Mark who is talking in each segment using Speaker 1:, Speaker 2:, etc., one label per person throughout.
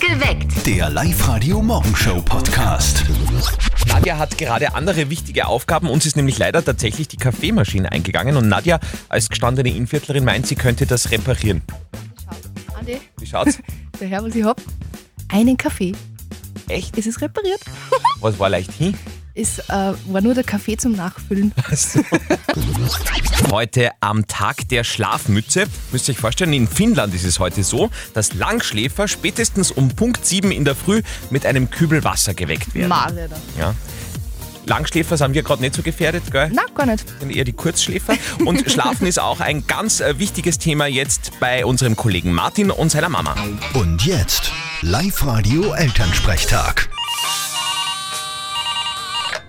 Speaker 1: Geweckt.
Speaker 2: Der Live-Radio-Morgenshow-Podcast.
Speaker 3: Nadja hat gerade andere wichtige Aufgaben. Uns ist nämlich leider tatsächlich die Kaffeemaschine eingegangen und Nadja als gestandene Inviertlerin meint, sie könnte das reparieren.
Speaker 4: Andi,
Speaker 3: Wie schaut's?
Speaker 4: daher, was ich hab, einen Kaffee.
Speaker 3: Echt?
Speaker 4: Es ist repariert.
Speaker 3: Was war leicht hin?
Speaker 4: Es äh, war nur der Kaffee zum Nachfüllen.
Speaker 3: Also. Heute am Tag der Schlafmütze. Müsst ihr euch vorstellen, in Finnland ist es heute so, dass Langschläfer spätestens um Punkt 7 in der Früh mit einem Kübel Wasser geweckt werden.
Speaker 4: Mal
Speaker 3: Ja. Langschläfer sind wir gerade nicht so gefährdet, gell?
Speaker 4: Na, gar nicht.
Speaker 3: sind eher die Kurzschläfer. Und Schlafen ist auch ein ganz äh, wichtiges Thema jetzt bei unserem Kollegen Martin und seiner Mama.
Speaker 2: Und jetzt Live-Radio Elternsprechtag.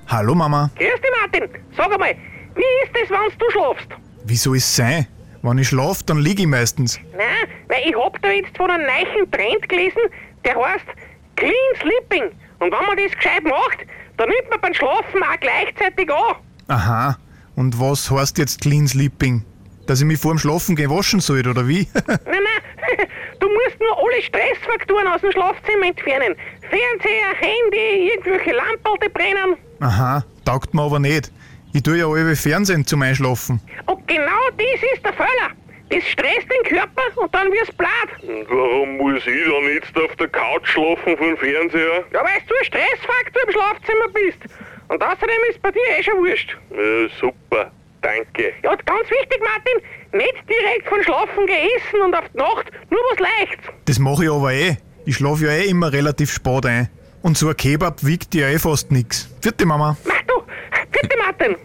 Speaker 5: Hallo Mama,
Speaker 6: Grüß dich, Martin. Sag einmal, wie ist es, wenn du schlafst?
Speaker 5: wie soll es sein? Wenn ich schlafe, dann liege ich meistens.
Speaker 6: Nein, weil ich hab da jetzt von einem neuen Trend gelesen, der heißt Clean Sleeping. Und wenn man das gescheit macht, dann nimmt man beim Schlafen auch gleichzeitig an.
Speaker 5: Aha, und was heißt jetzt Clean Sleeping? Dass ich mich vor dem Schlafen gehen waschen soll, oder wie?
Speaker 6: Nein, nein, du musst nur alle Stressfaktoren aus dem Schlafzimmer entfernen. Fernseher, Handy, irgendwelche Lampen, die brennen.
Speaker 5: Aha, taugt mir aber nicht. Ich tue ja alle Fernsehen zum Einschlafen.
Speaker 6: Und genau das ist der Fehler. Das stresst den Körper und dann wirst du blatt.
Speaker 7: Und warum muss ich dann jetzt auf der Couch schlafen vom Fernseher?
Speaker 6: Ja, weil du ein Stressfaktor im Schlafzimmer bist. Und außerdem ist bei dir eh schon wurscht.
Speaker 7: Äh, super, danke.
Speaker 6: Ja, und ganz wichtig, Martin, nicht direkt von Schlafen geessen und auf die Nacht, nur was Leichtes.
Speaker 5: Das mache ich aber eh. Ich schlafe ja eh immer relativ spät ein. Und so ein Kebab wiegt ja eh fast nix. Vierte Mama.
Speaker 6: Mach du, bitte, Martin.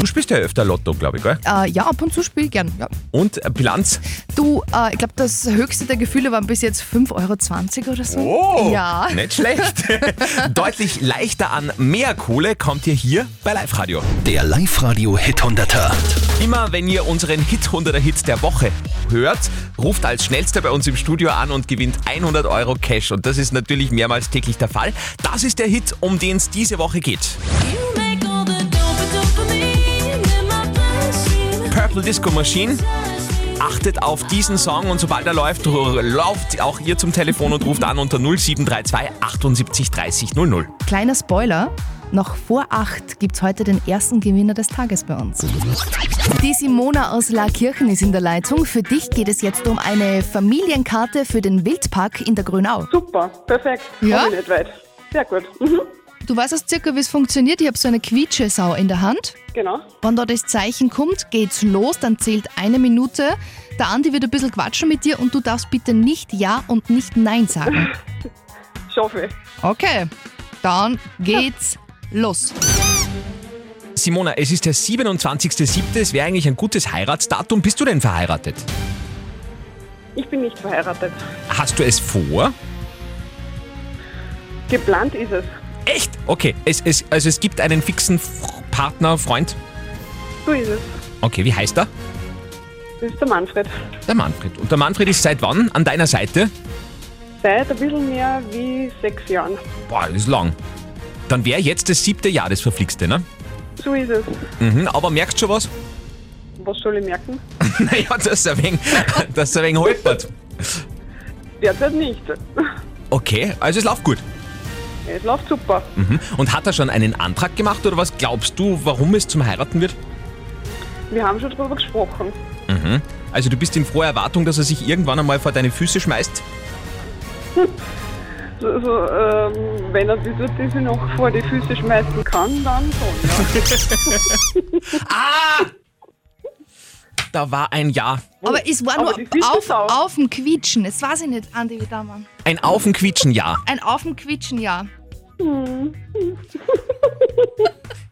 Speaker 3: Du spielst ja öfter Lotto, glaube ich, gell?
Speaker 4: Äh, ja, ab und zu spiele ich gern. Ja.
Speaker 3: Und äh, Bilanz?
Speaker 4: Du, äh, ich glaube, das höchste der Gefühle waren bis jetzt 5,20 Euro oder so. Ja.
Speaker 3: Nicht schlecht. Deutlich leichter an mehr Kohle kommt ihr hier bei Live Radio.
Speaker 2: Der Live-Radio Hit 100er.
Speaker 3: Immer wenn ihr unseren Hit 100er Hit der Woche hört, ruft als schnellster bei uns im Studio an und gewinnt 100 Euro Cash. Und das ist natürlich mehrmals täglich der Fall. Das ist der Hit, um den es diese Woche geht. Purple Disco Machine. Achtet auf diesen Song und sobald er läuft, r- lauft auch ihr zum Telefon und ruft an unter 0732 78 30 00.
Speaker 4: Kleiner Spoiler. Noch vor 8 gibt es heute den ersten Gewinner des Tages bei uns. Die Simona aus Laakirchen ist in der Leitung. Für dich geht es jetzt um eine Familienkarte für den Wildpark in der Grünau.
Speaker 8: Super, perfekt.
Speaker 4: Ja?
Speaker 8: Komme ich nicht weit. Sehr gut. Mhm.
Speaker 4: Du weißt jetzt circa, wie es funktioniert. Ich habe so eine Quietschesau in der Hand.
Speaker 8: Genau.
Speaker 4: Wenn da das Zeichen kommt, geht's los, dann zählt eine Minute. Der Andi wird ein bisschen quatschen mit dir und du darfst bitte nicht Ja und nicht Nein sagen.
Speaker 8: Schaffe ich.
Speaker 4: Okay, dann geht's los.
Speaker 3: Simona, es ist der 27.07., es wäre eigentlich ein gutes Heiratsdatum. Bist du denn verheiratet?
Speaker 8: Ich bin nicht verheiratet.
Speaker 3: Hast du es vor?
Speaker 8: Geplant ist es.
Speaker 3: Echt? Okay, es, es, also es gibt einen fixen F- Partner, Freund.
Speaker 8: So ist es.
Speaker 3: Okay, wie heißt er?
Speaker 8: Das ist der Manfred.
Speaker 3: Der Manfred. Und der Manfred ist seit wann an deiner Seite?
Speaker 8: Seit ein bisschen mehr wie sechs Jahren.
Speaker 3: Boah, das ist lang. Dann wäre jetzt das siebte Jahr des Verflixte, ne?
Speaker 8: So ist es.
Speaker 3: Mhm, aber merkst schon was?
Speaker 8: Was soll ich merken?
Speaker 3: Naja, das ist ein wenig, das ist ein wenig holpert.
Speaker 8: Derzeit nicht.
Speaker 3: Okay, also es läuft gut.
Speaker 8: Es läuft super.
Speaker 3: Mhm. Und hat er schon einen Antrag gemacht oder was glaubst du, warum es zum Heiraten wird?
Speaker 8: Wir haben schon drüber gesprochen.
Speaker 3: Also du bist in froher Erwartung, dass er sich irgendwann einmal vor deine Füße schmeißt?
Speaker 8: So, so, ähm, wenn er bis jetzt diese noch vor die Füße schmeißen kann, dann schon. Ja.
Speaker 3: Ah! Da war ein Ja.
Speaker 4: Aber es war
Speaker 8: Oh, Aber
Speaker 4: nur
Speaker 8: die Füße
Speaker 4: auf,
Speaker 8: sauer.
Speaker 4: auf dem Quietschen. Es weiß ich nicht, Andi Wiedermann.
Speaker 3: Ein Auf- und Quietschen-Ja.
Speaker 4: Ein auf dem Quietschen, ja.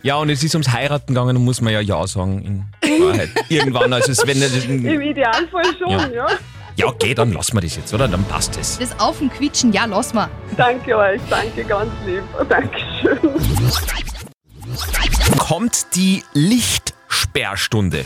Speaker 3: Ja, und es ist ums Heiraten gegangen und muss man ja Ja sagen. In Wahrheit. Irgendwann, also es, wenn er-
Speaker 8: Im Idealfall schon,
Speaker 3: Ja.
Speaker 8: ja.
Speaker 3: Ja, okay, dann lassen wir das jetzt, oder? Dann passt es.
Speaker 4: Das auf dem Quietschen, ja, lass mal.
Speaker 8: Danke euch, danke ganz lieb. Oh, Dankeschön.
Speaker 3: Kommt die Lichtsperrstunde.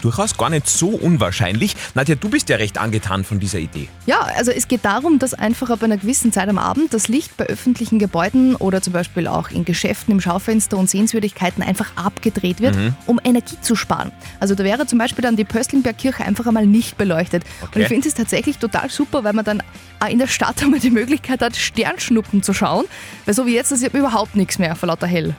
Speaker 3: durchaus gar nicht so unwahrscheinlich. Nadja, du bist ja recht angetan von dieser Idee.
Speaker 4: Ja, also es geht darum, dass einfach ab einer gewissen Zeit am Abend das Licht bei öffentlichen Gebäuden oder zum Beispiel auch in Geschäften, im Schaufenster und Sehenswürdigkeiten einfach abgedreht wird, um Energie zu sparen. Also da wäre zum Beispiel dann die Pöstlingbergkirche einfach einmal nicht beleuchtet. Und
Speaker 3: Okay.
Speaker 4: ich finde es tatsächlich total super, weil man dann auch in der Stadt einmal die Möglichkeit hat, Sternschnuppen zu schauen. Weil so wie jetzt, das ist überhaupt nichts mehr vor lauter Hell.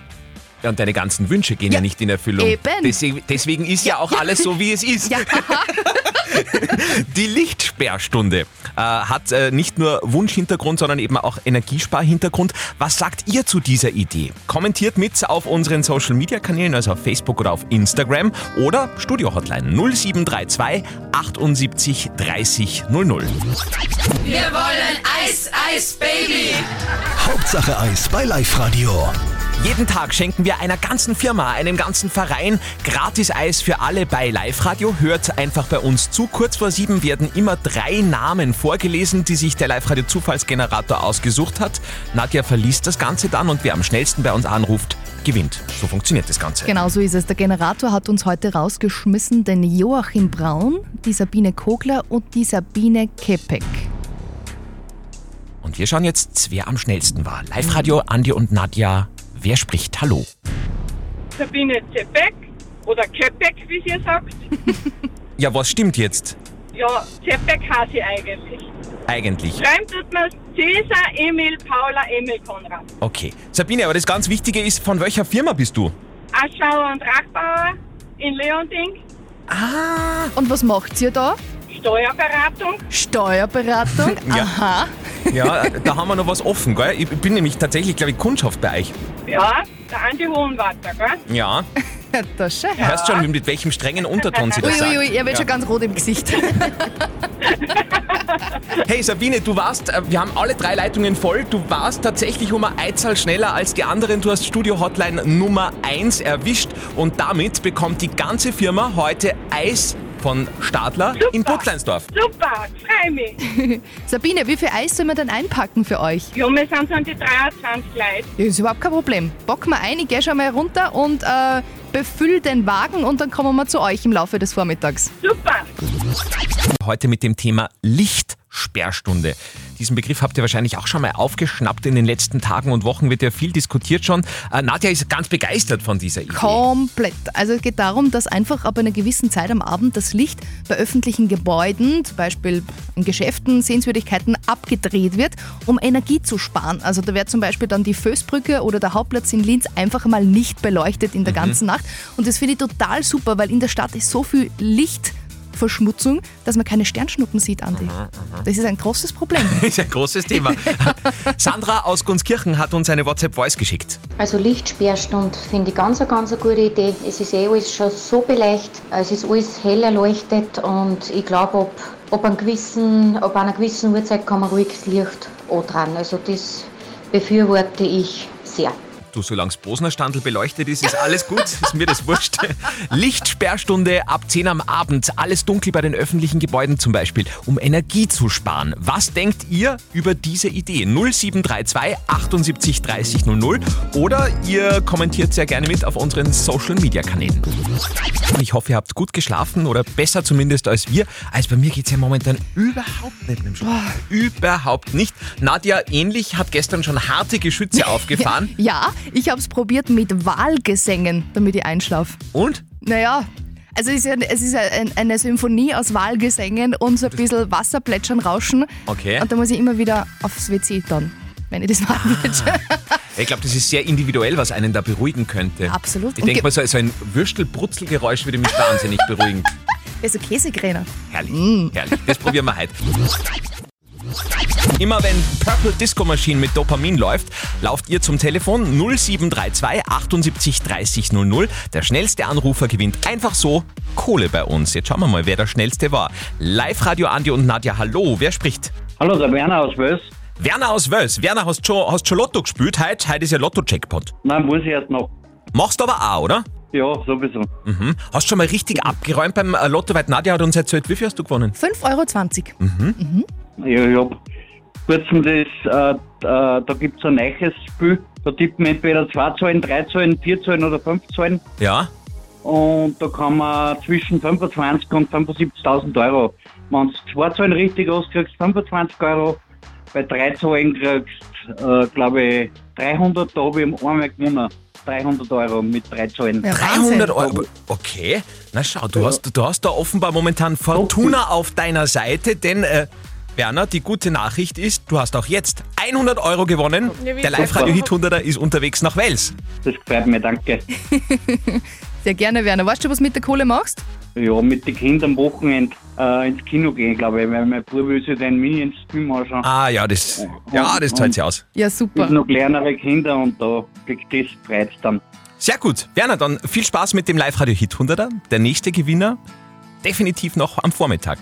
Speaker 3: Ja, und deine ganzen Wünsche gehen ja,
Speaker 4: Ja,
Speaker 3: nicht in Erfüllung.
Speaker 4: eben.
Speaker 3: Deswegen, deswegen ist ja, auch alles so, wie es ist.
Speaker 4: Ja,
Speaker 3: Die Lichtsperrstunde äh, hat äh, nicht nur Wunschhintergrund, sondern eben auch Energiesparhintergrund. Was sagt ihr zu dieser Idee? Kommentiert mit auf unseren Social Media Kanälen, also auf Facebook oder auf Instagram oder Studio Hotline 0732 78 30 00.
Speaker 2: Hauptsache Eis bei Live-Radio.
Speaker 3: Jeden Tag schenken wir einer ganzen Firma, einem ganzen Verein gratis Eis für alle bei Live Radio. Hört einfach bei uns zu. Kurz vor sieben werden immer drei Namen vorgelesen, die sich der Live Radio Zufallsgenerator ausgesucht hat. Nadja verliest das Ganze dann und wer am schnellsten bei uns anruft, gewinnt. So funktioniert das Ganze.
Speaker 4: Genau so ist es. Der Generator hat uns heute rausgeschmissen den Joachim Braun, die Sabine Kogler und die Sabine Kepek.
Speaker 3: Und wir schauen jetzt, wer am schnellsten war. Live Radio, Andi und Nadja. Wer spricht Hallo?
Speaker 8: Sabine Zebeck oder Köpek, wie sie sagt.
Speaker 3: Ja, was stimmt jetzt
Speaker 8: Ja, Zebeck heißt sie eigentlich.
Speaker 3: eigentlich?
Speaker 8: Schreiben tut man Cäsar, Emil, Paula, Emil, Konrad.
Speaker 3: Okay. Sabine, aber das ganz Wichtige ist, von welcher Firma bist du?
Speaker 8: Aschauer und Rachbauer in Leonding.
Speaker 4: Und was macht ihr da?
Speaker 8: Steuerberatung.
Speaker 4: Steuerberatung?
Speaker 3: Ja.
Speaker 4: Aha.
Speaker 3: Ja, da haben wir noch was offen, gell? Ich bin nämlich tatsächlich, glaube ich, Kundschaft bei euch.
Speaker 8: Ja, der Andi Hohenwarter, gell?
Speaker 3: Ja.
Speaker 4: Das schon.
Speaker 3: Hörst schon, mit welchem strengen Unterton sie das sagt.
Speaker 4: Uiuiui, ihr werdet schon ganz rot im Gesicht.
Speaker 3: Hey Sabine, du warst, äh, wir haben alle drei Leitungen voll, du warst tatsächlich um eine Einzahl schneller als die anderen. Du hast Studio Hotline Nummer 1 erwischt und damit bekommt die ganze Firma heute Eis von Stadler in Putleinsdorf.
Speaker 8: Super, freu mich.
Speaker 4: Sabine, wie viel Eis soll man denn einpacken für euch?
Speaker 8: Ja, wir sind so an die 23 Leute.
Speaker 4: Ja, ist überhaupt kein Problem. Bock mal ein, ich geh schon mal runter und äh, befüll den Wagen und dann kommen wir zu euch im Laufe des Vormittags.
Speaker 8: Super.
Speaker 3: Heute mit dem Thema Lichtsperrstunde. Diesen Begriff habt ihr wahrscheinlich auch schon mal aufgeschnappt in den letzten Tagen und Wochen, wird ja viel diskutiert schon. Äh, Nadja ist ganz begeistert von dieser Idee.
Speaker 4: Komplett. Also es geht darum, dass einfach ab einer gewissen Zeit am Abend das Licht bei öffentlichen Gebäuden, zum Beispiel in Geschäften, Sehenswürdigkeiten, abgedreht wird, um Energie zu sparen. Also da wäre zum Beispiel dann die Fößbrücke oder der Hauptplatz in Linz einfach mal nicht beleuchtet in der ganzen Nacht. Und das finde ich total super, weil in der Stadt ist so viel Lichtverschmutzung, dass man keine Sternschnuppen sieht, Andi. Das ist ein großes Problem.
Speaker 3: ist ein großes Thema. Sandra aus Gunskirchen hat uns eine WhatsApp-Voice geschickt.
Speaker 1: Also Lichtsperrstund finde ich ganz, eine ganz eine gute Idee. Es ist eh alles schon so beleuchtet, es ist alles hell erleuchtet und ich glaube, ab, ab, einem gewissen, ab einer gewissen Uhrzeit kann man ruhig das Licht dran. Also das befürworte ich sehr.
Speaker 3: Du, solange Bosner Standl beleuchtet ist, ist alles gut. Ist mir das wurscht. Lichtsperrstunde ab 10 am Abend. Alles dunkel bei den öffentlichen Gebäuden zum Beispiel, um Energie zu sparen. Was denkt ihr über diese Idee? 0732 78 30 00 oder ihr kommentiert sehr gerne mit auf unseren Social Media Kanälen. Ich hoffe, ihr habt gut geschlafen oder besser zumindest als wir. Also bei mir geht es ja momentan überhaupt nicht mit dem Schlaf. Überhaupt nicht. Nadja ähnlich hat gestern schon harte Geschütze aufgefahren.
Speaker 4: ja, ich habe es probiert mit Wahlgesängen, damit ich einschlafe.
Speaker 3: Und?
Speaker 4: Naja, also es ist, ja, es ist ja ein, eine Symphonie aus Wahlgesängen und so ein bisschen Wasserplätschern, Rauschen.
Speaker 3: Okay.
Speaker 4: Und da muss ich immer wieder aufs WC dann, wenn ich das machen
Speaker 3: Ah.
Speaker 4: würde.
Speaker 3: Ich glaube, das ist sehr individuell, was einen da beruhigen könnte.
Speaker 4: Absolut.
Speaker 3: Ich
Speaker 4: Und
Speaker 3: denke
Speaker 4: ge-
Speaker 3: mal, so, so ein Würstel-Brutzel-Geräusch würde mich wahnsinnig beruhigen.
Speaker 4: Also Käsekräner.
Speaker 3: Herrlich,
Speaker 4: Mm.
Speaker 3: herrlich. Das probieren wir heute. Immer wenn Purple Disco Machine mit Dopamin läuft, lauft ihr zum Telefon 0732 78 30 00. Der schnellste Anrufer gewinnt einfach so Kohle bei uns. Jetzt schauen wir mal, wer der schnellste war. Live-Radio Andi und Nadja, hallo, wer spricht?
Speaker 9: Hallo, der Werner aus Wels.
Speaker 3: Werner aus Wels. Werner, hast du schon, hast schon Lotto gespielt heute? Heute ist ja Lotto-Jackpot.
Speaker 9: Nein, muss ich erst noch.
Speaker 3: Machst aber auch, oder?
Speaker 9: Ja, sowieso.
Speaker 3: Hast schon mal richtig abgeräumt beim äh, Lotto, weil Nadja hat uns erzählt, wie viel hast du gewonnen?
Speaker 4: 5,20 Euro.
Speaker 9: Ja, ich hab kurzem das, äh, äh, da gibt's ein neues Spiel. Da tippt man entweder zwei Zahlen, drei Zahlen, vier Zahlen oder fünf Zahlen.
Speaker 3: Ja.
Speaker 9: Und da kann man zwischen 25 und 75.000 Euro. Wenn du zwei Zahlen richtig hast, kriegst du 25 Euro. Bei drei Zahlen kriegst du, äh, glaube ich, 300. Da habe ich einmal gewonnen. 300 Euro mit drei Zahlen.
Speaker 4: Ja, Wahnsinn.
Speaker 3: 300 Euro. Okay, na schau, du, hast, du hast da offenbar momentan Fortuna auf deiner Seite, denn äh, Werner, die gute Nachricht ist, du hast auch jetzt 100 Euro gewonnen.
Speaker 8: Ja, wie
Speaker 3: Der
Speaker 8: super.
Speaker 3: Live-Radio-Hit 100er ist unterwegs nach Wales.
Speaker 9: Das gefällt mir, danke.
Speaker 4: Sehr gerne, Werner. Weißt du, was du mit der Kohle machst?
Speaker 9: Ja, mit den Kindern am Wochenende äh, ins Kino gehen, glaube ich, weil mein Bruder will sich den Minions-Film anschauen.
Speaker 3: Ah ja, das, ja, das zahlt sich aus.
Speaker 4: Ja,
Speaker 9: Das
Speaker 4: super.
Speaker 9: sind noch kleinere Kinder und da kriegt das Preis dann.
Speaker 3: Sehr gut. Werner, dann viel Spaß mit dem Live-Radio-Hit 100er. Der nächste Gewinner definitiv noch am Vormittag.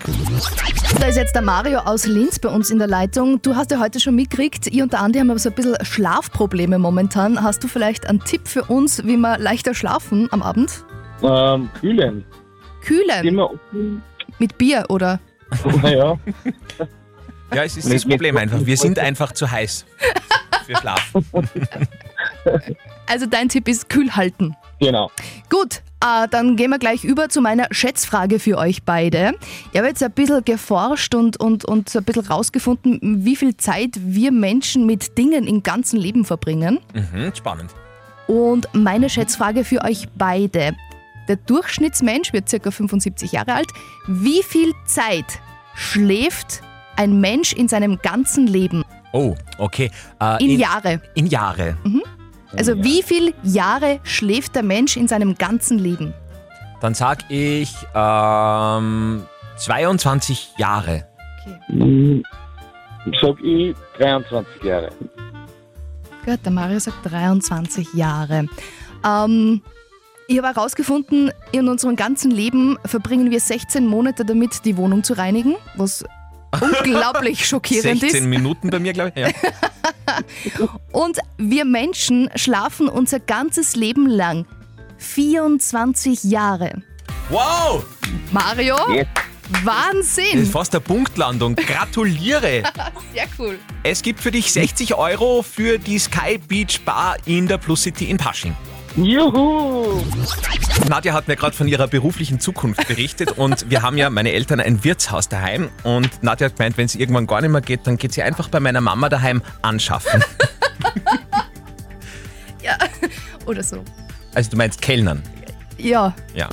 Speaker 4: Da ist jetzt der Mario aus Linz bei uns in der Leitung. Du hast ja heute schon mitgekriegt, ich und der Andi haben aber so ein bisschen Schlafprobleme momentan. Hast du vielleicht einen Tipp für uns, wie wir leichter schlafen am Abend?
Speaker 10: Ähm, kühlen.
Speaker 4: Kühlen
Speaker 10: Immer offen.
Speaker 4: mit Bier, oder?
Speaker 10: Naja,
Speaker 3: Ja, es ist das Problem einfach. Wir sind einfach zu heiß für Schlaf.
Speaker 4: Also dein Tipp ist kühl halten.
Speaker 10: genau.
Speaker 4: Gut, äh, dann gehen wir gleich über zu meiner Schätzfrage für euch beide. Ich habe jetzt ein bisschen geforscht und, und, und so ein bisschen rausgefunden, wie viel Zeit wir Menschen mit Dingen im ganzen Leben verbringen.
Speaker 3: Mhm, spannend.
Speaker 4: Und meine Schätzfrage für euch beide. Der Durchschnittsmensch wird ca. 75 Jahre alt. Wie viel Zeit schläft ein Mensch in seinem ganzen Leben?
Speaker 3: Oh, okay. Äh,
Speaker 4: In, Jahre.
Speaker 3: in Jahre.
Speaker 4: Also wie viel Jahre schläft der Mensch in seinem ganzen Leben?
Speaker 3: Dann sag ich ähm, 22 Jahre.
Speaker 10: Mm. Sag ich 23 Jahre.
Speaker 4: Gut, der Mario sagt 23 Jahre. Ähm, ich habe herausgefunden, in unserem ganzen Leben verbringen wir 16 Monate damit, die Wohnung zu reinigen, was unglaublich schockierend
Speaker 3: 16
Speaker 4: ist.
Speaker 3: Minuten bei mir, glaube ich. Ja.
Speaker 4: Und wir Menschen schlafen unser ganzes Leben lang 24 Jahre.
Speaker 3: Wow,
Speaker 4: Mario?
Speaker 10: Yes.
Speaker 3: das ist
Speaker 4: Wahnsinn!
Speaker 3: fast eine Punktlandung. Gratuliere.
Speaker 4: Sehr cool.
Speaker 3: es gibt für dich 60 Euro für die Sky Beach Bar in der Plus City in Pasching.
Speaker 10: Juhu!
Speaker 3: Nadja hat mir gerade von ihrer beruflichen Zukunft berichtet und wir haben ja, meine Eltern, ein Wirtshaus daheim und Nadja hat gemeint, wenn es irgendwann gar nicht mehr geht, dann geht sie einfach bei meiner Mama daheim anschaffen.
Speaker 4: Oder so.
Speaker 3: Also du meinst Kellnern.
Speaker 4: Ja,
Speaker 3: Ja.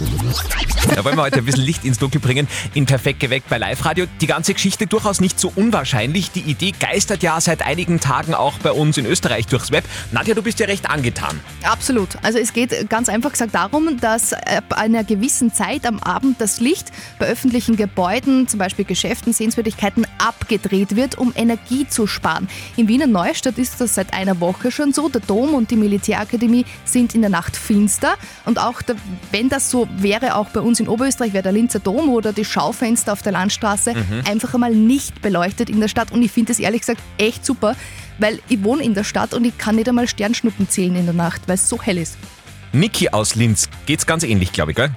Speaker 3: Da wollen wir heute ein bisschen Licht ins Dunkel bringen. In Perfekt geweckt bei Live Radio. Die ganze Geschichte durchaus nicht so unwahrscheinlich. Die Idee geistert ja seit einigen Tagen auch bei uns in Österreich durchs Web. Nadja, du bist ja recht angetan.
Speaker 4: Absolut. Also es geht ganz einfach gesagt darum, dass ab einer gewissen Zeit am Abend das Licht bei öffentlichen Gebäuden, zum Beispiel Geschäften, Sehenswürdigkeiten, abgedreht wird, um Energie zu sparen. In Wiener Neustadt ist das seit einer Woche schon so. Der Dom und die Militärakademie sind in der Nacht finster. Und auch der, wenn das so wäre, auch bei uns in Oberösterreich wäre der Linzer Dom oder die Schaufenster auf der Landstraße einfach einmal nicht beleuchtet in der Stadt. Und ich finde das ehrlich gesagt echt super, weil ich wohne in der Stadt und ich kann nicht einmal Sternschnuppen zählen in der Nacht, weil es so hell ist.
Speaker 3: Niki aus Linz. Geht's ganz ähnlich, glaube ich, gell?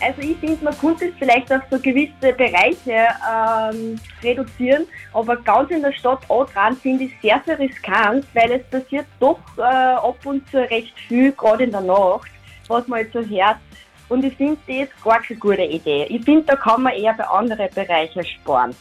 Speaker 11: Also ich finde, man könnte es vielleicht auf so gewisse Bereiche ähm, reduzieren, aber ganz in der Stadt auch dran finde ich sehr, sehr riskant, weil es passiert doch äh, ab und zu recht viel, gerade in der Nacht, was man jetzt so hört. Und ich finde, das ist gar keine gute Idee. Ich finde, da kann man eher bei anderen Bereichen sparen.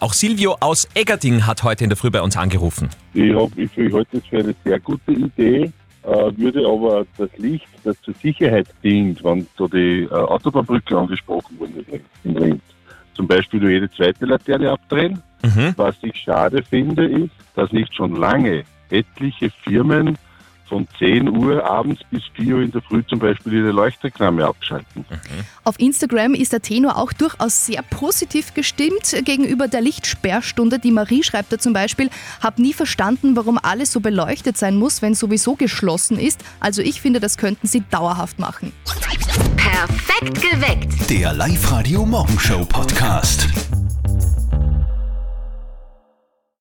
Speaker 3: Auch Silvio aus Egerding hat heute in der Früh bei uns angerufen.
Speaker 10: Ich, hab, ich, ich halte es für eine sehr gute Idee, äh, würde aber das Licht, das zur Sicherheit dient, wenn da die äh, Autobahnbrücke angesprochen wurde in- in Linz, zum Beispiel nur jede zweite Laterne abdrehen.
Speaker 3: Mhm.
Speaker 10: Was ich schade finde, ist, dass nicht schon lange etliche Firmen von 10 Uhr abends bis 4 Uhr in der Früh zum Beispiel ihre Leuchterknamme abschalten.
Speaker 4: Auf Instagram ist der Tenor auch durchaus sehr positiv gestimmt gegenüber der Lichtsperrstunde. Die Marie schreibt da zum Beispiel, hab nie verstanden, warum alles so beleuchtet sein muss, wenn sowieso geschlossen ist. Also ich finde, das könnten sie dauerhaft machen.
Speaker 2: Der Live-Radio Morgenshow Podcast.